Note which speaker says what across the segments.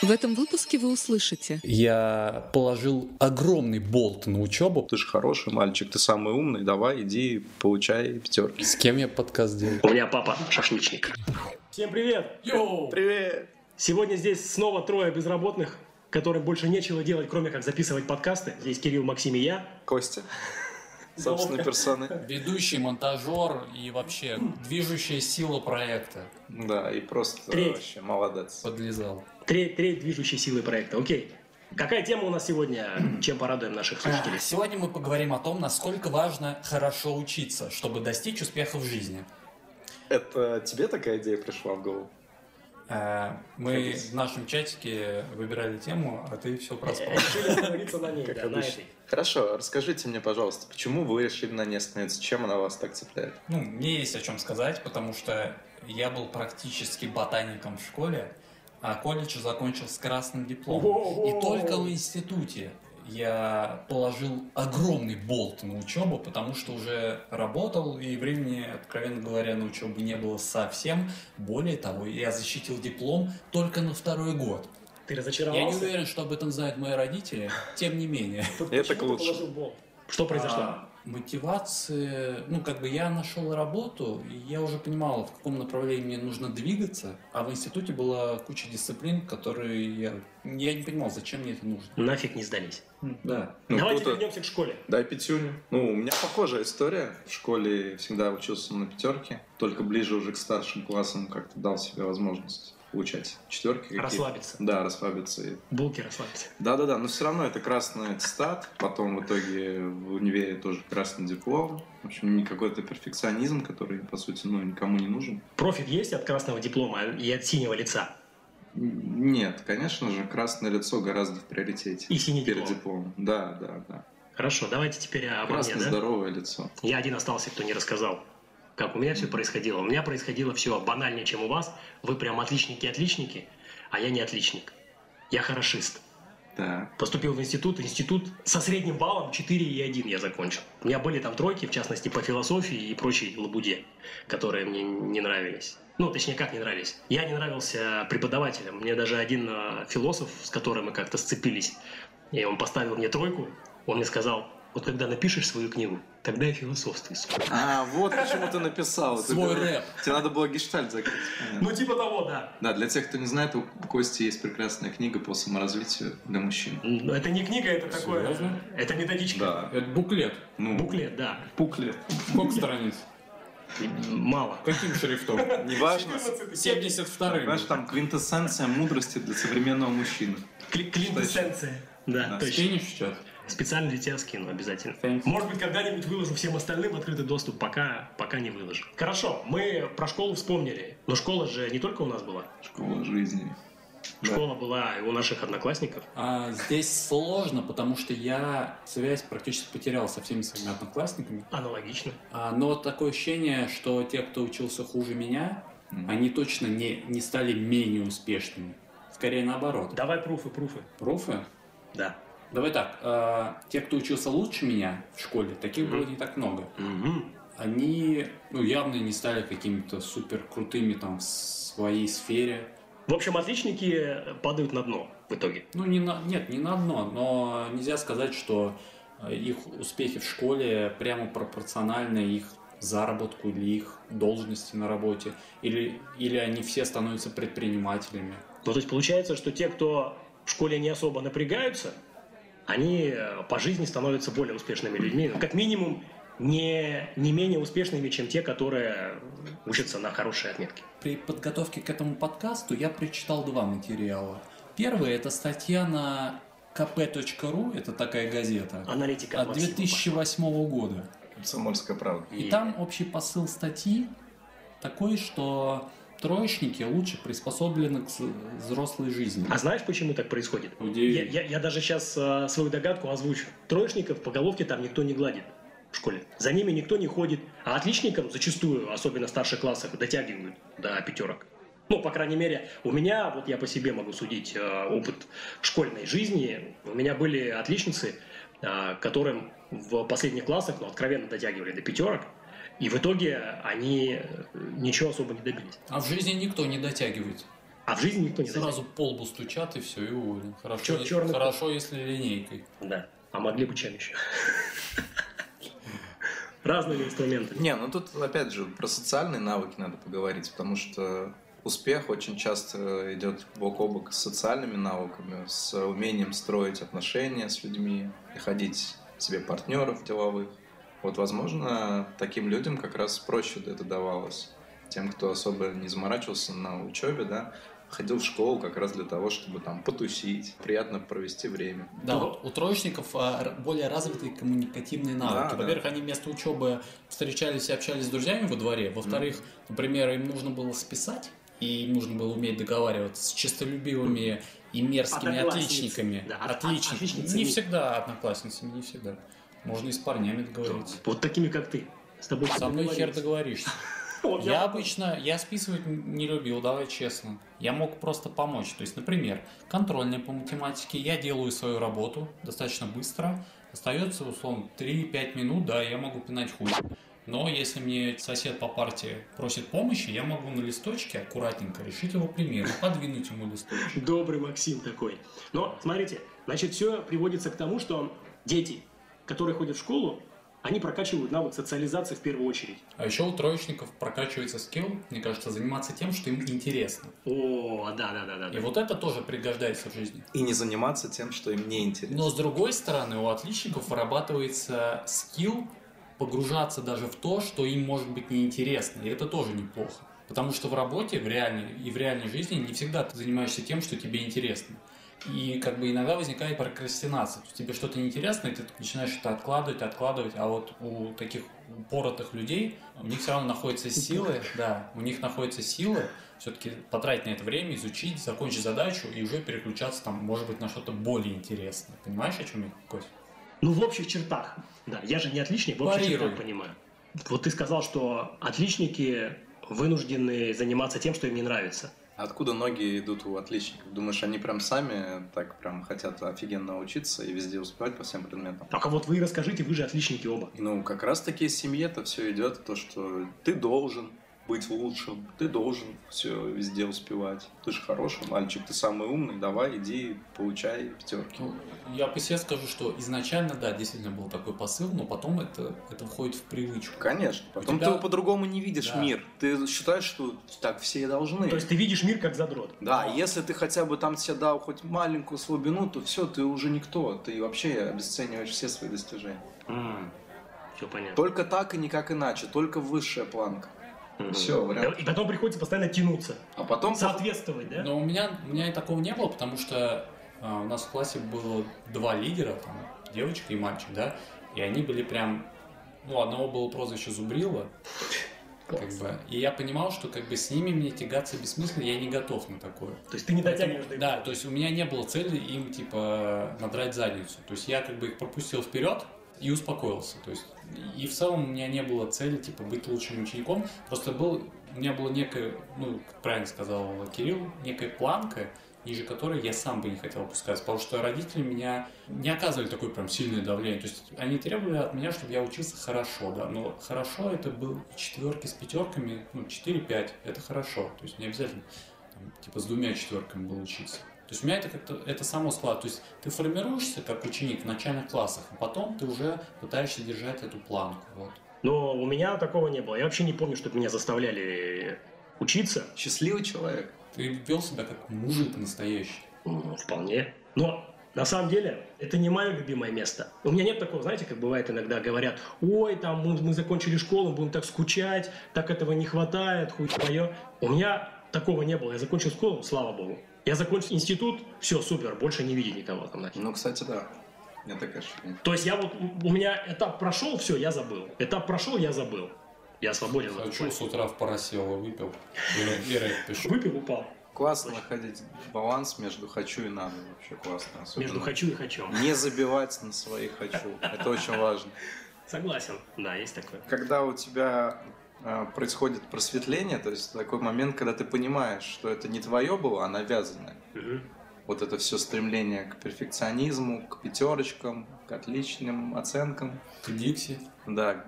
Speaker 1: В этом выпуске вы услышите.
Speaker 2: Я положил огромный болт на учебу.
Speaker 3: Ты же хороший мальчик, ты самый умный, давай иди получай пятерки.
Speaker 2: С кем я подкаст делал?
Speaker 4: У меня папа шашлычник.
Speaker 5: Всем привет!
Speaker 2: Йоу!
Speaker 3: Привет!
Speaker 5: Сегодня здесь снова трое безработных, которым больше нечего делать, кроме как записывать подкасты. Здесь Кирилл, Максим и я.
Speaker 3: Костя. Собственной персоны.
Speaker 6: Ведущий, монтажер и вообще движущая сила проекта.
Speaker 3: Да, и просто
Speaker 5: Треть.
Speaker 3: вообще молодец.
Speaker 6: Подлезал.
Speaker 5: Треть, треть движущей силы проекта. Окей. Какая тема у нас сегодня? Чем порадуем наших слушателей?
Speaker 6: Сегодня мы поговорим о том, насколько важно хорошо учиться, чтобы достичь успеха в жизни.
Speaker 3: Это тебе такая идея пришла в голову?
Speaker 6: Э, Мы в нашем чатике выбирали тему, а ты все проспал.
Speaker 5: Э, Решили остановиться на ней,
Speaker 3: Как
Speaker 5: да, на
Speaker 3: обычно.
Speaker 5: этой.
Speaker 3: Хорошо, расскажите мне, пожалуйста, почему вы решили на ней остановиться? Чем она вас так цепляет?
Speaker 6: Ну, мне есть о чем сказать, потому что я был практически ботаником в школе, а колледж закончил с красным дипломом.
Speaker 5: Ого!
Speaker 6: И только в институте я положил огромный болт на учебу, потому что уже работал, и времени, откровенно говоря, на учебу не было совсем. Более того, я защитил диплом только на второй год. Я
Speaker 5: Ты
Speaker 6: не
Speaker 5: разочаровался?
Speaker 6: уверен, что об этом знают мои родители, тем не менее.
Speaker 5: Тут
Speaker 3: Это
Speaker 5: почему
Speaker 3: к
Speaker 5: ты
Speaker 3: лучшему.
Speaker 5: положил болт? Что произошло?
Speaker 6: А, мотивация, ну как бы я нашел работу, и я уже понимал, в каком направлении мне нужно двигаться, а в институте была куча дисциплин, которые я, я не понимал, зачем мне это нужно.
Speaker 5: Нафиг не сдались.
Speaker 6: Да.
Speaker 3: Ну,
Speaker 5: Давайте
Speaker 3: круто.
Speaker 5: вернемся к школе.
Speaker 3: Дай пятюню. Ну, у меня похожая история. В школе всегда учился на пятерке. Только ближе уже к старшим классам как-то дал себе возможность получать четверки какие-то.
Speaker 5: Расслабиться.
Speaker 3: Да, расслабиться. и-
Speaker 5: Булки расслабься.
Speaker 3: Да-да-да, но все равно это красный аттестат. Потом в итоге в универе тоже красный диплом. В общем, не какой-то перфекционизм, который, по сути, ну, никому не нужен.
Speaker 5: Профит есть от красного диплома и от синего лица?
Speaker 3: Н- Нет, конечно же, красное лицо гораздо в приоритете.
Speaker 5: И синий
Speaker 3: Перед
Speaker 5: диплом.
Speaker 3: дипломом. Да, да, да.
Speaker 5: Хорошо, давайте теперь обо мне,
Speaker 3: Красное
Speaker 5: да?
Speaker 3: здоровое лицо.
Speaker 5: Я один остался, кто не рассказал, как у меня все происходило. У меня происходило все банальнее, чем у вас. Вы прям отличники-отличники, а я не отличник. Я хорошист.
Speaker 3: Да.
Speaker 5: Поступил в институт. Институт со средним баллом 4,1 я закончил. У меня были там тройки, в частности, по философии и прочей лабуде, которые мне не нравились. Ну, точнее, как не нравились. Я не нравился преподавателям. Мне даже один э, философ, с которым мы как-то сцепились, и он поставил мне тройку, он мне сказал, вот когда напишешь свою книгу, тогда и философствуй. сука».
Speaker 3: А, вот почему ты написал. это.
Speaker 6: Свой рэп.
Speaker 3: Тебе надо было гештальт закрыть. Понятно.
Speaker 5: Ну, типа того, да.
Speaker 3: Да, для тех, кто не знает, у Кости есть прекрасная книга по саморазвитию для мужчин.
Speaker 5: Но это не книга, это такое.
Speaker 6: Серьезно?
Speaker 5: Это методичка.
Speaker 3: Да.
Speaker 6: Это буклет.
Speaker 3: Ну,
Speaker 5: Буклет, да.
Speaker 3: пуклет.
Speaker 6: Сколько страниц?
Speaker 5: Мало.
Speaker 6: Каким шрифтом?
Speaker 3: Неважно.
Speaker 6: 72
Speaker 3: Понимаешь, там квинтэссенция мудрости для современного мужчины.
Speaker 5: Кли- Клинтэссенция. Да,
Speaker 3: Да.
Speaker 5: точно.
Speaker 6: Скинешь сейчас?
Speaker 5: Специально для тебя скину обязательно.
Speaker 6: Thanks.
Speaker 5: Может быть, когда-нибудь выложу всем остальным открытый доступ, пока, пока не выложу. Хорошо, мы про школу вспомнили. Но школа же не только у нас была.
Speaker 3: Школа жизни. Да.
Speaker 5: Школа была и у наших одноклассников.
Speaker 6: А, здесь сложно, потому что я связь практически потерял со всеми своими одноклассниками.
Speaker 5: Аналогично.
Speaker 6: А, но такое ощущение, что те, кто учился хуже меня, они точно не, не стали менее успешными. Скорее наоборот.
Speaker 5: Давай пруфы, пруфы.
Speaker 6: Профы?
Speaker 5: Да.
Speaker 6: Давай так, а, те, кто учился лучше меня в школе, таких было не так много. Они ну, явно не стали какими-то супер крутыми там в своей сфере.
Speaker 5: В общем, отличники падают на дно в итоге.
Speaker 6: Ну, не на, нет, не на дно, но нельзя сказать, что э, их успехи в школе прямо пропорциональны их заработку или их должности на работе, или, или они все становятся предпринимателями.
Speaker 5: Ну, то есть получается, что те, кто в школе не особо напрягаются, они э, по жизни становятся более успешными людьми. Ну, Как минимум, не, не менее успешными, чем те, которые э, учатся на хорошие отметки.
Speaker 6: При подготовке к этому подкасту я прочитал два материала. Первый – это статья на kp.ru, это такая газета,
Speaker 5: Аналитика
Speaker 6: от 2008 года.
Speaker 3: Комсомольская правда.
Speaker 6: И там общий посыл статьи такой, что троечники лучше приспособлены к з- взрослой жизни.
Speaker 5: А знаешь, почему так происходит? Я,
Speaker 6: Удивительно.
Speaker 5: я- я даже сейчас свою догадку озвучу. Троечников по головке там никто не гладит в школе. За ними никто не ходит. А отличникам зачастую, особенно в старших классах, дотягивают до пятерок. Ну, по крайней мере, у меня, вот я по себе могу судить э, опыт школьной жизни, у меня были отличницы, э, которым в последних классах, ну, откровенно дотягивали до пятерок, и в итоге они э, ничего особо не добились.
Speaker 6: А в жизни никто не дотягивает.
Speaker 5: А в жизни никто не
Speaker 6: Сразу полбу стучат и все, и уволен. Хорошо,
Speaker 5: Чё-
Speaker 6: если-
Speaker 5: чёрный
Speaker 6: хорошо если линейкой.
Speaker 5: Да. А могли бы чем еще? Разными инструментами.
Speaker 3: Не, ну тут опять же про социальные навыки надо поговорить, потому что успех очень часто идет бок о бок с социальными навыками, с умением строить отношения с людьми, находить себе партнеров деловых. Вот, возможно, таким людям как раз проще это давалось. Тем, кто особо не заморачивался на учебе, да, ходил в школу как раз для того, чтобы там потусить, приятно провести время.
Speaker 6: Да, вот у троечников а, р- более развитые коммуникативные навыки.
Speaker 3: Да, да.
Speaker 6: Во-первых, они вместо учебы встречались и общались с друзьями во дворе. Во-вторых, например, им нужно было списать, и им нужно было уметь договариваться с честолюбивыми и мерзкими
Speaker 5: Одноклассниц.
Speaker 6: отличниками.
Speaker 5: Да, от- от-
Speaker 6: Отличниками.
Speaker 5: отличницами.
Speaker 6: Не всегда одноклассницами, не всегда. Можно и с парнями договориться.
Speaker 5: Вот такими, как ты. С тобой
Speaker 6: Со мной хер
Speaker 5: договориться.
Speaker 6: договоришься.
Speaker 5: Вот
Speaker 6: Я
Speaker 5: я-
Speaker 6: обычно, я списывать н- не любил, давай честно. Я мог просто помочь. То есть, например, контрольная по математике, я делаю свою работу достаточно быстро. Остается, условно, 3-5 минут, да, я могу пинать хуй. Но если мне сосед по партии просит помощи, я могу на листочке аккуратненько решить его пример, подвинуть ему листочек.
Speaker 5: Добрый Максим такой. Но, смотрите, значит, все приводится к тому, что дети, которые ходят в школу, они прокачивают навык социализации в первую очередь.
Speaker 6: А еще у троечников прокачивается скилл, мне кажется, заниматься тем, что им интересно.
Speaker 5: О, да, да, да, да.
Speaker 6: И вот это тоже пригождается в жизни.
Speaker 3: И не заниматься тем, что им не интересно.
Speaker 6: Но с другой стороны, у отличников вырабатывается скилл погружаться даже в то, что им может быть неинтересно. И это тоже неплохо. Потому что в работе, в реальной и в реальной жизни не всегда ты занимаешься тем, что тебе интересно. И как бы иногда возникает прокрастинация. То есть тебе что-то неинтересно, и ты начинаешь это откладывать, откладывать. А вот у таких упоротых людей, у них все равно находятся силы, да, у них находятся силы все-таки потратить на это время, изучить, закончить задачу и уже переключаться там, может быть, на что-то более интересное. Понимаешь, о чем я, Кость?
Speaker 5: Ну, в общих чертах. Да, я же не отличник, в общих
Speaker 6: Парируй.
Speaker 5: чертах понимаю. Вот ты сказал, что отличники вынуждены заниматься тем, что им не нравится.
Speaker 3: Откуда ноги идут у отличников? Думаешь, они прям сами так прям хотят офигенно учиться и везде успевать по всем предметам?
Speaker 5: Так а вот вы и расскажите, вы же отличники оба.
Speaker 3: Ну, как раз таки из семьи-то все идет, то, что ты должен быть лучшим, ты должен все везде успевать. Ты же хороший мальчик, ты самый умный, давай, иди, получай пятерки.
Speaker 6: Ну, я по себе скажу, что изначально, да, действительно был такой посыл, но потом это, это входит в привычку.
Speaker 3: Конечно, потом
Speaker 6: тебя-
Speaker 3: ты по-другому не видишь
Speaker 6: Да.
Speaker 3: мир. Ты считаешь, что так все и должны.
Speaker 5: Ну, То есть ты видишь мир как задрот.
Speaker 3: Да, если ты хотя бы там себе дал хоть маленькую слабину, то все, ты уже никто. Ты вообще обесцениваешь все свои достижения.
Speaker 5: Все понятно.
Speaker 3: Только так и никак иначе, только высшая планка.
Speaker 5: Мгм.
Speaker 3: Всё, вариант.
Speaker 5: И потом приходится постоянно тянуться,
Speaker 3: А потом...
Speaker 5: соответствовать, да?
Speaker 6: Но у меня, у меня и такого не было, потому что а, у нас в классе было два лидера, там, девочка и мальчик, да, и они были прям, ну, одного было прозвище Зубрила, как бы, и я понимал, что как бы с ними мне тягаться бессмысленно, я не готов на такое.
Speaker 5: То есть ты не дотягиваешь до
Speaker 6: Да, то есть у меня не было цели им, типа, надрать задницу. То есть я как бы их пропустил вперед и успокоился. То есть и в целом у меня не было цели, типа, быть лучшим учеником. Просто был, у меня было некое, ну, как правильно сказал Кирилл, некая планка, ниже которой я сам бы не хотел опускаться, потому что родители меня не оказывали такое прям сильное давление. То есть они требовали от меня, чтобы я учился хорошо, да, но хорошо это был четверки с пятерками, ну, 4-5, это хорошо, то есть не обязательно там, типа с двумя четверками был учиться. То есть у меня это как-то это само склад. То есть ты формируешься как ученик в начальных классах, а потом ты уже пытаешься держать эту планку. Вот.
Speaker 5: Но у меня такого не было. Я вообще не помню, чтобы меня заставляли учиться.
Speaker 3: Счастливый человек.
Speaker 6: Ты вел себя как мужик настоящий.
Speaker 5: М, Ну, Вполне. Но на самом деле это не мое любимое место. У меня нет такого, знаете, как бывает иногда говорят, ой, там мы, мы закончили школу, будем так скучать, так этого не хватает, хуй твое. У меня такого не было. Я закончил школу, слава богу. Я закончил институт, все, супер, больше не видеть никого там. нахер.
Speaker 3: Ну, кстати, да. Я такая шутка.
Speaker 5: То есть я вот, у меня этап прошел, все, я забыл. Этап прошел, я забыл. Я свободен. в этом
Speaker 6: Хочу А с
Speaker 5: плане.
Speaker 6: утра в поросела выпил. И, и рэп пишу.
Speaker 5: Выпил, упал.
Speaker 3: Классно находить баланс между хочу и надо. Вообще классно. особенно.
Speaker 5: Между хочу и хочу.
Speaker 3: Не забивать на свои хочу. Это очень важно.
Speaker 5: Согласен. Да, есть такое.
Speaker 3: Когда у тебя э, происходит просветление, то есть такой момент, когда ты понимаешь, что это не твое было, а навязанное.
Speaker 5: Мгм.
Speaker 3: вот это все стремление к перфекционизму, к пятерочкам, к отличным оценкам.
Speaker 6: К Дикси.
Speaker 3: Да.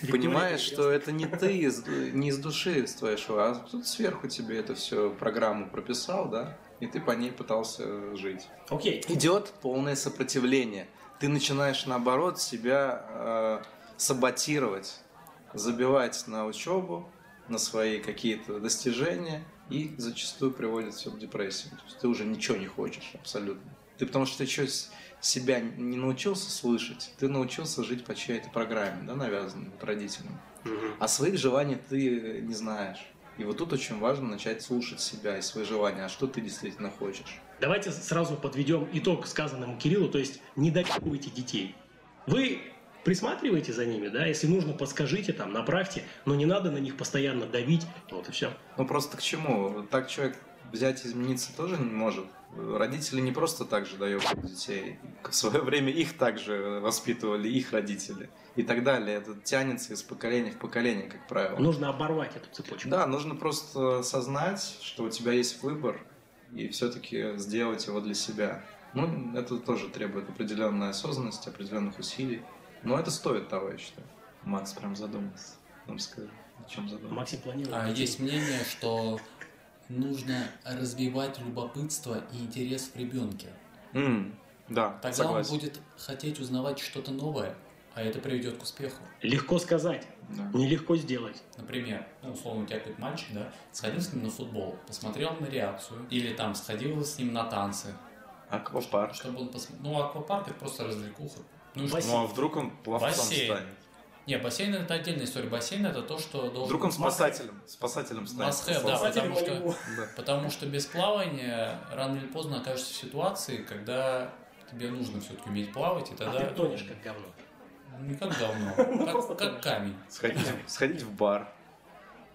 Speaker 5: Виктория
Speaker 3: Понимаешь,
Speaker 5: прекрасна.
Speaker 3: что это не ты, из- не из души из твоей шоу, а тут сверху тебе это все программу прописал, да, и ты по ней пытался жить.
Speaker 5: Окей.
Speaker 3: Идет полное сопротивление. Ты начинаешь, наоборот, себя э, саботировать, забивать на учебу, на свои какие-то достижения, и зачастую приводит все к депрессии. То есть ты уже ничего не хочешь абсолютно. Ты потому что ты еще себя не научился слышать, ты научился жить по чьей-то программе, да, навязанной вот родителям.
Speaker 5: Мгм.
Speaker 3: А своих желаний ты не знаешь. И вот тут очень важно начать слушать себя и свои желания, а что ты действительно хочешь.
Speaker 5: Давайте сразу подведем итог сказанному Кириллу, то есть не допивайте детей. Вы присматриваете за ними, да, если нужно, подскажите там, направьте, но не надо на них постоянно давить, вот и все.
Speaker 3: Ну просто к чему? Так человек взять и измениться тоже не может. Родители не просто так же дают детей. В свое время их также воспитывали их родители и так далее. Это тянется из поколения в поколение, как правило.
Speaker 5: Нужно оборвать эту цепочку.
Speaker 3: Да, нужно просто осознать, что у тебя есть выбор, и все-таки сделать его для себя. Ну, это тоже требует определенной осознанности, определенных усилий. Но это стоит того, я считаю. Макс прям задумался. Нам скажи, о чем задумался.
Speaker 5: Максим планирует.
Speaker 6: А,
Speaker 5: детей.
Speaker 6: Есть мнение, что нужно развивать любопытство и интерес в ребенке.
Speaker 3: М, да,
Speaker 6: Тогда
Speaker 3: согласен.
Speaker 6: он будет хотеть узнавать что-то новое, а это приведет к успеху.
Speaker 5: Легко сказать,
Speaker 3: Да.
Speaker 5: нелегко сделать.
Speaker 6: Например, ну, условно, у тебя какой-то мальчик, да, сходил с ним на футбол, посмотрел на реакцию, или там сходил с ним на танцы,
Speaker 3: Аквапарк.
Speaker 6: чтобы он посмотрел. Ну, аквапарк это просто развлекуха. Ну, и что?
Speaker 5: Бассейн.
Speaker 3: Ну а вдруг он пловцом
Speaker 6: Бассейн.
Speaker 3: станет?
Speaker 6: Не, бассейн это отдельная история. Бассейн это то, что должен...
Speaker 3: Вдруг он спасателем, спасателем станет.
Speaker 6: Must have, да,
Speaker 3: условно.
Speaker 6: потому
Speaker 5: Спасатель
Speaker 6: что,
Speaker 5: волейбол.
Speaker 3: Да.
Speaker 6: потому что без плавания рано или поздно окажешься в ситуации, когда тебе нужно все-таки уметь плавать, и
Speaker 5: А
Speaker 6: тогда... Ну,
Speaker 5: ты тонешь как говно.
Speaker 6: Не как говно,
Speaker 5: просто
Speaker 6: как,
Speaker 5: тонешь.
Speaker 6: как камень.
Speaker 3: Сходить, сходить в бар.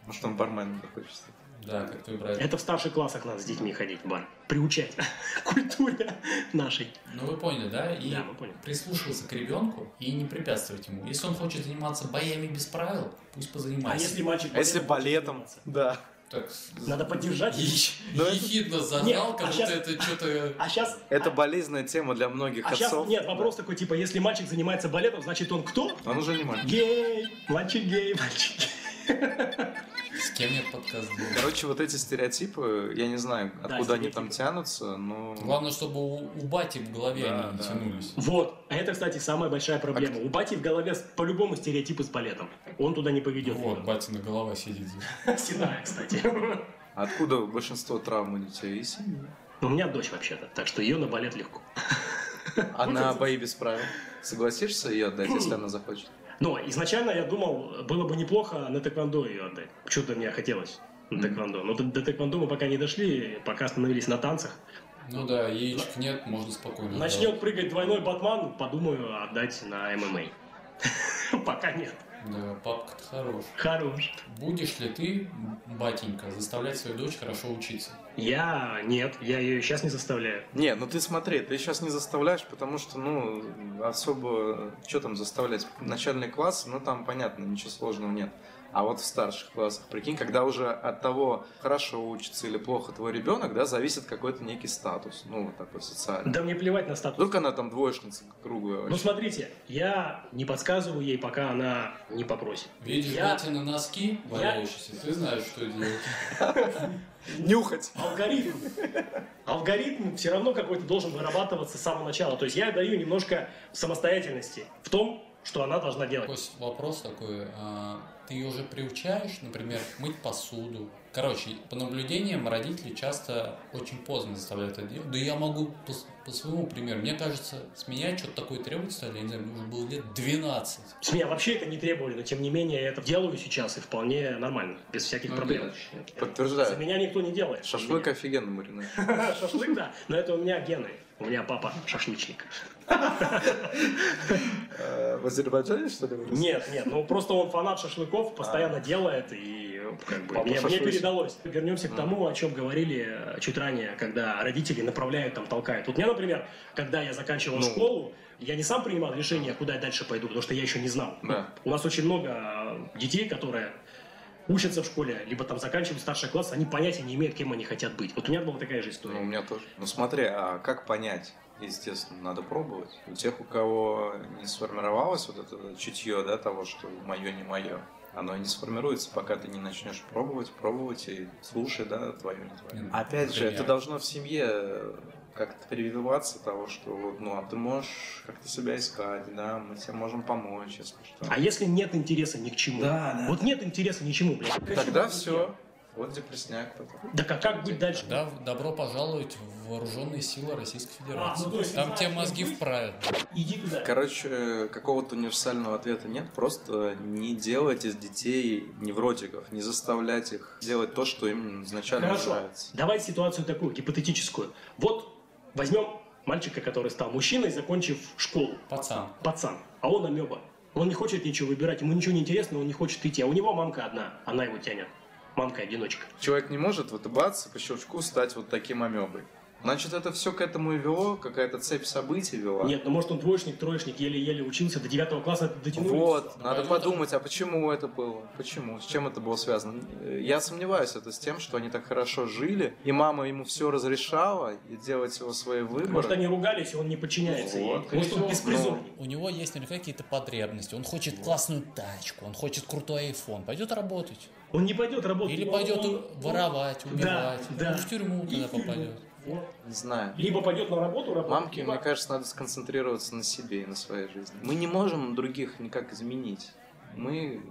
Speaker 3: Может, он барменом захочет стать.
Speaker 6: Да, как твой брат.
Speaker 5: Это в старших классах надо с детьми ходить в бар. Приучать к культуре нашей.
Speaker 6: Ну вы поняли, да? И
Speaker 5: Да, мы поняли.
Speaker 6: прислушиваться к ребенку и не препятствовать ему. Если он хочет заниматься боями без правил, пусть позанимается.
Speaker 5: мальчик...
Speaker 3: А если
Speaker 5: хочет
Speaker 3: балетом?
Speaker 5: заниматься?
Speaker 3: Да.
Speaker 6: Так,
Speaker 5: Надо поддержать.
Speaker 6: еч-
Speaker 3: Но это-
Speaker 6: ехидно
Speaker 5: Нет,
Speaker 6: зажал,
Speaker 5: Ну, а
Speaker 6: как будто
Speaker 5: щас-
Speaker 6: это э, что-то...
Speaker 5: А сейчас...
Speaker 3: Это болезненная тема для многих
Speaker 5: А сейчас
Speaker 3: отцов.
Speaker 5: нет, вопрос такой, типа, если мальчик занимается балетом, значит он кто?
Speaker 3: Он уже не мальчик.
Speaker 5: Гей, мальчик гей, мальчик гей.
Speaker 6: С кем я подкаст был?
Speaker 3: Короче, вот эти стереотипы, я не знаю, откуда они
Speaker 5: стереотипы.
Speaker 3: там тянутся, но...
Speaker 6: Главное, чтобы у, у бати в голове
Speaker 3: Да,
Speaker 6: они не
Speaker 3: да.
Speaker 6: тянулись.
Speaker 5: Вот, а это, кстати, самая большая
Speaker 3: А
Speaker 5: проблема. У бати в голове с- по-любому стереотипы с балетом. Он туда не поведет.
Speaker 6: Вот, батина голова сидит здесь.
Speaker 5: Седая, кстати.
Speaker 3: Откуда большинство травм у детей? Из семьи.
Speaker 5: У меня дочь вообще-то, так что ее на балет легко.
Speaker 3: Она бои без правил. Согласишься ее отдать, если она захочет?
Speaker 5: Но изначально я думал, было бы неплохо на тэквондо ее отдать. Что-то мне хотелось на
Speaker 3: Мгм.
Speaker 5: тэквондо. Но до- до тэквондо мы пока не дошли, пока остановились на танцах.
Speaker 6: Ну да, яичек нет, можно спокойно.
Speaker 5: Начнет прыгать двойной батман, подумаю отдать на ММА. Пока нет.
Speaker 6: делать. Да, папка-то хорош.
Speaker 5: Хорош.
Speaker 6: Будешь ли ты, батенька, заставлять свою дочь хорошо учиться?
Speaker 5: Я нет, я ее сейчас не заставляю.
Speaker 3: Не, ну ты смотри, ты сейчас не заставляешь, потому что, ну, особо, что там заставлять? Начальный класс, ну там понятно, ничего сложного нет. А вот в старших классах, прикинь, когда уже от того, хорошо учится или плохо твой ребенок, да, зависит какой-то некий статус, ну, вот такой социальный.
Speaker 5: Да мне плевать на статус.
Speaker 3: Вдруг она там двоечница круглая
Speaker 5: Ну
Speaker 3: вообще.
Speaker 5: смотрите, я не подсказываю ей, пока она не попросит.
Speaker 6: Видишь
Speaker 5: Я-
Speaker 6: батина носки валяющиеся, ты знаешь, что делать.
Speaker 3: Нюхать!
Speaker 5: Алгоритм. Алгоритм все равно какой-то должен вырабатываться с самого начала. То есть я даю немножко самостоятельности в том, что она должна делать.
Speaker 6: Кость, вопрос такой, а, ты ее уже приучаешь, например, мыть посуду? Короче, по наблюдениям родители часто очень поздно заставляют это делать. Да я могу по, с- по своему примеру. Мне кажется, с меня что-то такое требует стали, я не знаю, мне уже было лет 12.
Speaker 5: С меня вообще это не требовали, но тем не менее я это делаю сейчас и вполне нормально, без всяких
Speaker 6: Ну,
Speaker 5: проблем.
Speaker 6: да.
Speaker 5: За
Speaker 3: Подтверждаю.
Speaker 5: меня никто не делает.
Speaker 3: Шашлык офигенно маринует.
Speaker 5: Шашлык, да. Но это у меня гены. У меня папа шашлычник.
Speaker 3: Э, В Азербайджане, что ли, вырос?
Speaker 5: Нет, нет, ну просто он фанат шашлыков, постоянно делает, и э, как бы
Speaker 3: Папа
Speaker 5: мне, мне
Speaker 3: шашлычник.
Speaker 5: передалось. Вернемся к тому, о чем говорили э, чуть ранее, когда родители направляют, там, толкают. Вот меня, например, когда я заканчивал школу, я не сам принимал решение, куда я дальше пойду, потому что я еще не знал.
Speaker 3: Да.
Speaker 5: У нас очень много э, детей, которые учатся в школе, либо там заканчивают старший класс, они понятия не имеют, кем они хотят быть. Вот у меня была такая
Speaker 3: Ну,
Speaker 5: же
Speaker 3: у
Speaker 5: история.
Speaker 3: меня тоже. Ну, смотри, а как понять? Естественно, надо пробовать. У тех, у кого не сформировалось вот это чутье, да, того, что мое не мое, оно и не сформируется, пока ты не начнешь пробовать, пробовать и слушай, да, твое не твое.
Speaker 6: Нет,
Speaker 3: Опять же, это
Speaker 6: например.
Speaker 3: должно в семье э, как-то прививаться того, что вот, ну, а ты можешь как-то себя искать, да, мы тебе можем помочь, если что.
Speaker 5: А если нет интереса ни к чему?
Speaker 6: Да, да.
Speaker 5: Вот нет интереса ни к чему, блядь.
Speaker 3: Тогда все. Вот депресняк потом.
Speaker 5: Да как, как быть дальше?
Speaker 6: Тогда в- добро пожаловать в вооруженные силы Российской Федерации.
Speaker 5: А, ну то есть
Speaker 6: Там
Speaker 5: не
Speaker 6: тебе
Speaker 5: знаешь,
Speaker 6: мозги
Speaker 5: не будет?
Speaker 6: вправят.
Speaker 5: Иди туда.
Speaker 3: Короче, какого-то универсального ответа нет. Просто не делать из детей невротиков, не заставлять их делать то, что им изначально
Speaker 5: Хорошо.
Speaker 3: нравится.
Speaker 5: Давай ситуацию такую, гипотетическую. Вот возьмем мальчика, который стал мужчиной, закончив школу.
Speaker 6: Пацан.
Speaker 5: Пацан. А он амеба. Он не хочет ничего выбирать, ему ничего не интересно, он не хочет идти. А у него мамка одна, она его тянет. Мамка-одиночка.
Speaker 3: Человек не может вот бац, по щелчку стать вот таким амебой. Значит, это все к этому и вело, какая-то цепь событий вела.
Speaker 5: Нет, ну может он двоечник, троечник, еле-еле учился, до девятого класса дотянулся.
Speaker 3: Вот, надо подумать, а почему это было? Почему? С чем это было связано? Э, Я сомневаюсь, это с тем, что они так хорошо жили, и мама ему все разрешала, и делать его свои выборы.
Speaker 5: Может они ругались, и он не подчиняется. ей.
Speaker 3: Вот, и
Speaker 5: может он
Speaker 3: всё.
Speaker 5: беспризорник.
Speaker 6: У него есть наверняка какие-то потребности. Он хочет классную тачку, он хочет крутой iPhone. Пойдет работать.
Speaker 5: Он не пойдет работать.
Speaker 6: Или
Speaker 5: он-
Speaker 6: пойдет
Speaker 5: он-
Speaker 6: воровать, убивать.
Speaker 5: да.
Speaker 6: В тюрьму тогда попадет.
Speaker 5: Вот.
Speaker 3: Не знаю.
Speaker 5: Либо пойдет на работу работать.
Speaker 3: Мамке,
Speaker 5: либо-
Speaker 3: мне кажется, надо сконцентрироваться на себе и на своей жизни. Мы не можем других никак изменить. Мы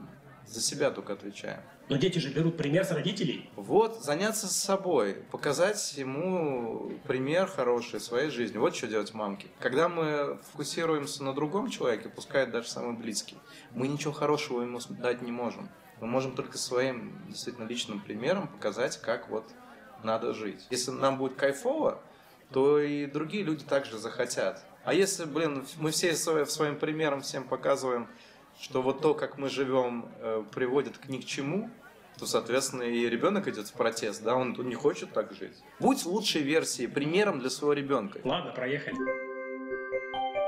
Speaker 3: за себя только отвечаем.
Speaker 5: Но дети же берут пример с родителей.
Speaker 3: Вот, заняться собой, показать ему пример хороший своей жизни. Вот что делать мамки. Когда мы фокусируемся на другом человеке, пускай даже самый близкий, мы ничего хорошего ему дать не можем. Мы можем только своим действительно личным примером показать, как вот надо жить. Если нам будет кайфово, то и другие люди также захотят. А если, блин, мы все своим, своим примером всем показываем, что вот то, как мы живем, э, приводит к ни к чему, то, соответственно, и ребенок идет в протест, да, он не хочет так жить. Будь лучшей версией, примером для своего ребенка.
Speaker 5: Ладно, проехали.